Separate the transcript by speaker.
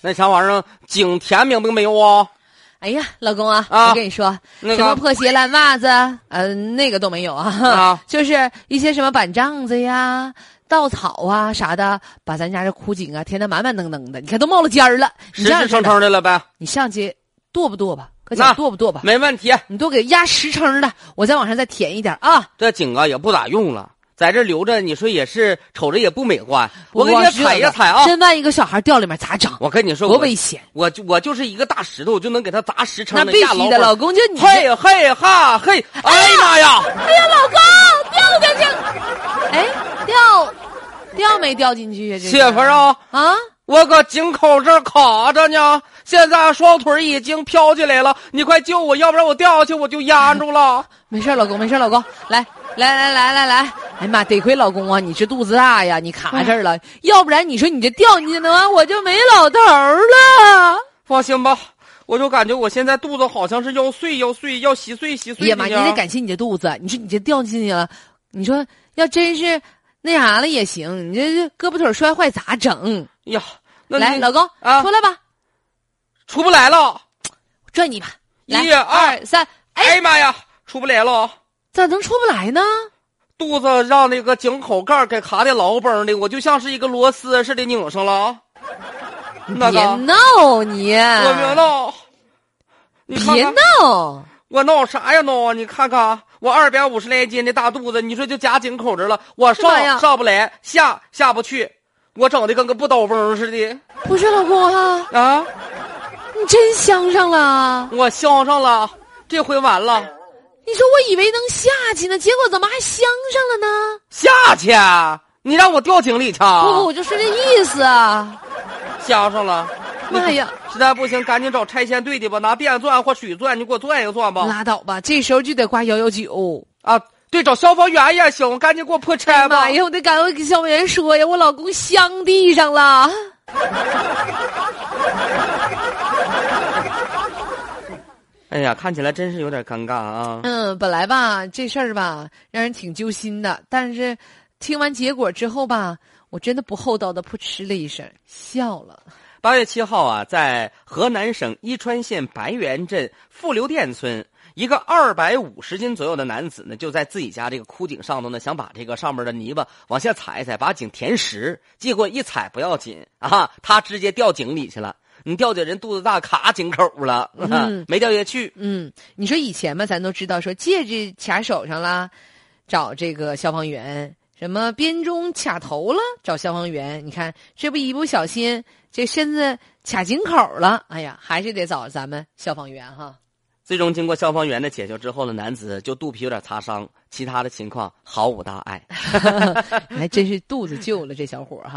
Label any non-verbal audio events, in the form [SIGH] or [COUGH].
Speaker 1: 那啥玩意儿，景甜明白没有啊？
Speaker 2: 哎呀，老公啊，
Speaker 1: 啊
Speaker 2: 我跟你说，
Speaker 1: 那
Speaker 2: 什么
Speaker 1: 个
Speaker 2: 破鞋、烂袜子，呃，那个都没有啊， [LAUGHS]
Speaker 1: 啊
Speaker 2: 就是一些什么板杖子呀、稻草啊啥的，把咱家这枯井啊填得满满登登的，你看都冒了尖儿了。你
Speaker 1: 实
Speaker 2: 这样
Speaker 1: 实
Speaker 2: 式
Speaker 1: 诚
Speaker 2: 的，啊
Speaker 1: 诚的了呗，
Speaker 2: 你上去剁吧剁吧，搁
Speaker 1: 那
Speaker 2: 家剁吧剁吧，
Speaker 1: 没问题。
Speaker 2: 你多给压实撑的，我再往上再填一点啊。
Speaker 1: 这井啊也不咋用了，在这留着，你说也是瞅着也不美观。我给你
Speaker 2: 光是
Speaker 1: 踩一
Speaker 2: 这个
Speaker 1: 踩啊！
Speaker 2: 真万一个小孩掉里面咋整？
Speaker 1: 我跟你说，
Speaker 2: 多
Speaker 1: 我
Speaker 2: 危险！
Speaker 1: 我就我就是一个大石头，我就能给它砸实
Speaker 2: 那
Speaker 1: 成
Speaker 2: 必
Speaker 1: 下
Speaker 2: 须
Speaker 1: 牢
Speaker 2: 的，
Speaker 1: 房
Speaker 2: 老公就你这。
Speaker 1: 嘿嘿哈嘿，哎呀妈呀！
Speaker 2: 哎呀，老公掉进去了，哎，掉掉没掉进去呀？这是
Speaker 1: 媳妇儿啊，
Speaker 2: 啊，
Speaker 1: 我搁井口这儿卡着呢，现在双腿已经飘起来了，你快救我，要不然我掉下去我就淹住了。
Speaker 2: 没事儿，老公，没事儿，老公，来来来来来来，哎呀妈，得亏老公啊，你这肚子大呀，你卡这儿
Speaker 1: 嗯
Speaker 2: 了，要不然你说你这掉进去的话，我就没老头儿了。
Speaker 1: 放心吧，我就感觉我现在肚子好像是要碎要碎要稀碎稀
Speaker 2: 哎
Speaker 1: 碎
Speaker 2: 呀
Speaker 1: 的
Speaker 2: 妈，你
Speaker 1: 呢
Speaker 2: 得感谢你这肚子，你说你这掉进去了，你说要真是那啥了也行，你这胳膊腿儿摔坏咋整？
Speaker 1: 哎呀，那
Speaker 2: 来，
Speaker 1: 你
Speaker 2: 老公，
Speaker 1: 啊
Speaker 2: 出来吧，
Speaker 1: 出不来了，
Speaker 2: 拽你吧，来
Speaker 1: 一二，
Speaker 2: 二三，
Speaker 1: 哎呀妈呀，出不来了。
Speaker 2: 咋能出不来呢？
Speaker 1: 肚子让那个井口盖儿给卡的牢崩的，我就像是一个螺丝似的拧上了啊。那个
Speaker 2: 别，闹你！
Speaker 1: 我别闹，你看
Speaker 2: 别
Speaker 1: 看
Speaker 2: 闹！
Speaker 1: 我闹啥呀闹啊！你看看我二百五十来斤的大肚子，你说就夹井口这了，我
Speaker 2: 哎呀
Speaker 1: 上上不来，下下不去，我整的跟个不倒翁似的
Speaker 2: 不是老公啊，
Speaker 1: 啊！
Speaker 2: 你真镶上了！
Speaker 1: 我镶上了，这回完了，
Speaker 2: 你说我以为能下去呢，结果怎么还镶上了呢？
Speaker 1: 下去，啊你让我掉井里去啊，
Speaker 2: 不不，我就是这意思啊！
Speaker 1: 镶上了。
Speaker 2: 妈呀，
Speaker 1: 实在不行，赶紧找拆迁队的吧，拿电钻或水钻，你给我钻一个钻吧。
Speaker 2: 拉倒吧，这时候就得挂幺幺九。
Speaker 1: 啊，对，找消防员也行，赶紧给我破拆吧。
Speaker 2: 妈呀，我得赶快给消防员说呀，我老公镶地上了。
Speaker 1: 哎呀，看起来真是有点尴尬啊。
Speaker 2: 嗯，本来吧这事儿吧让人挺揪心的，但是听完结果之后吧，我真的不厚道的扑哧了一声笑了。
Speaker 1: 八月七号啊，在河南省伊川县白原镇富流店村，一个二百五十斤左右的男子呢，就在自己家这个枯井上头呢，想把这个上面的泥巴往下踩一踩，把井填实。结果一踩不要紧啊，他直接掉井里去了。你掉井人肚子大，卡井口了，
Speaker 2: 嗯
Speaker 1: [LAUGHS] 没掉下去。
Speaker 2: 嗯，你说以前嘛，咱都知道说戒指卡手上啦，找这个消防员；什么编钟卡头了，找消防员。你看，这不一不小心，这身子卡井口了，哎呀，还是得找咱们消防员哈。
Speaker 1: 最终经过消防员的解救之后呢，男子就肚皮有点擦伤，其他的情况毫无大碍。
Speaker 2: 哎还真是肚子救了这小伙儿哈。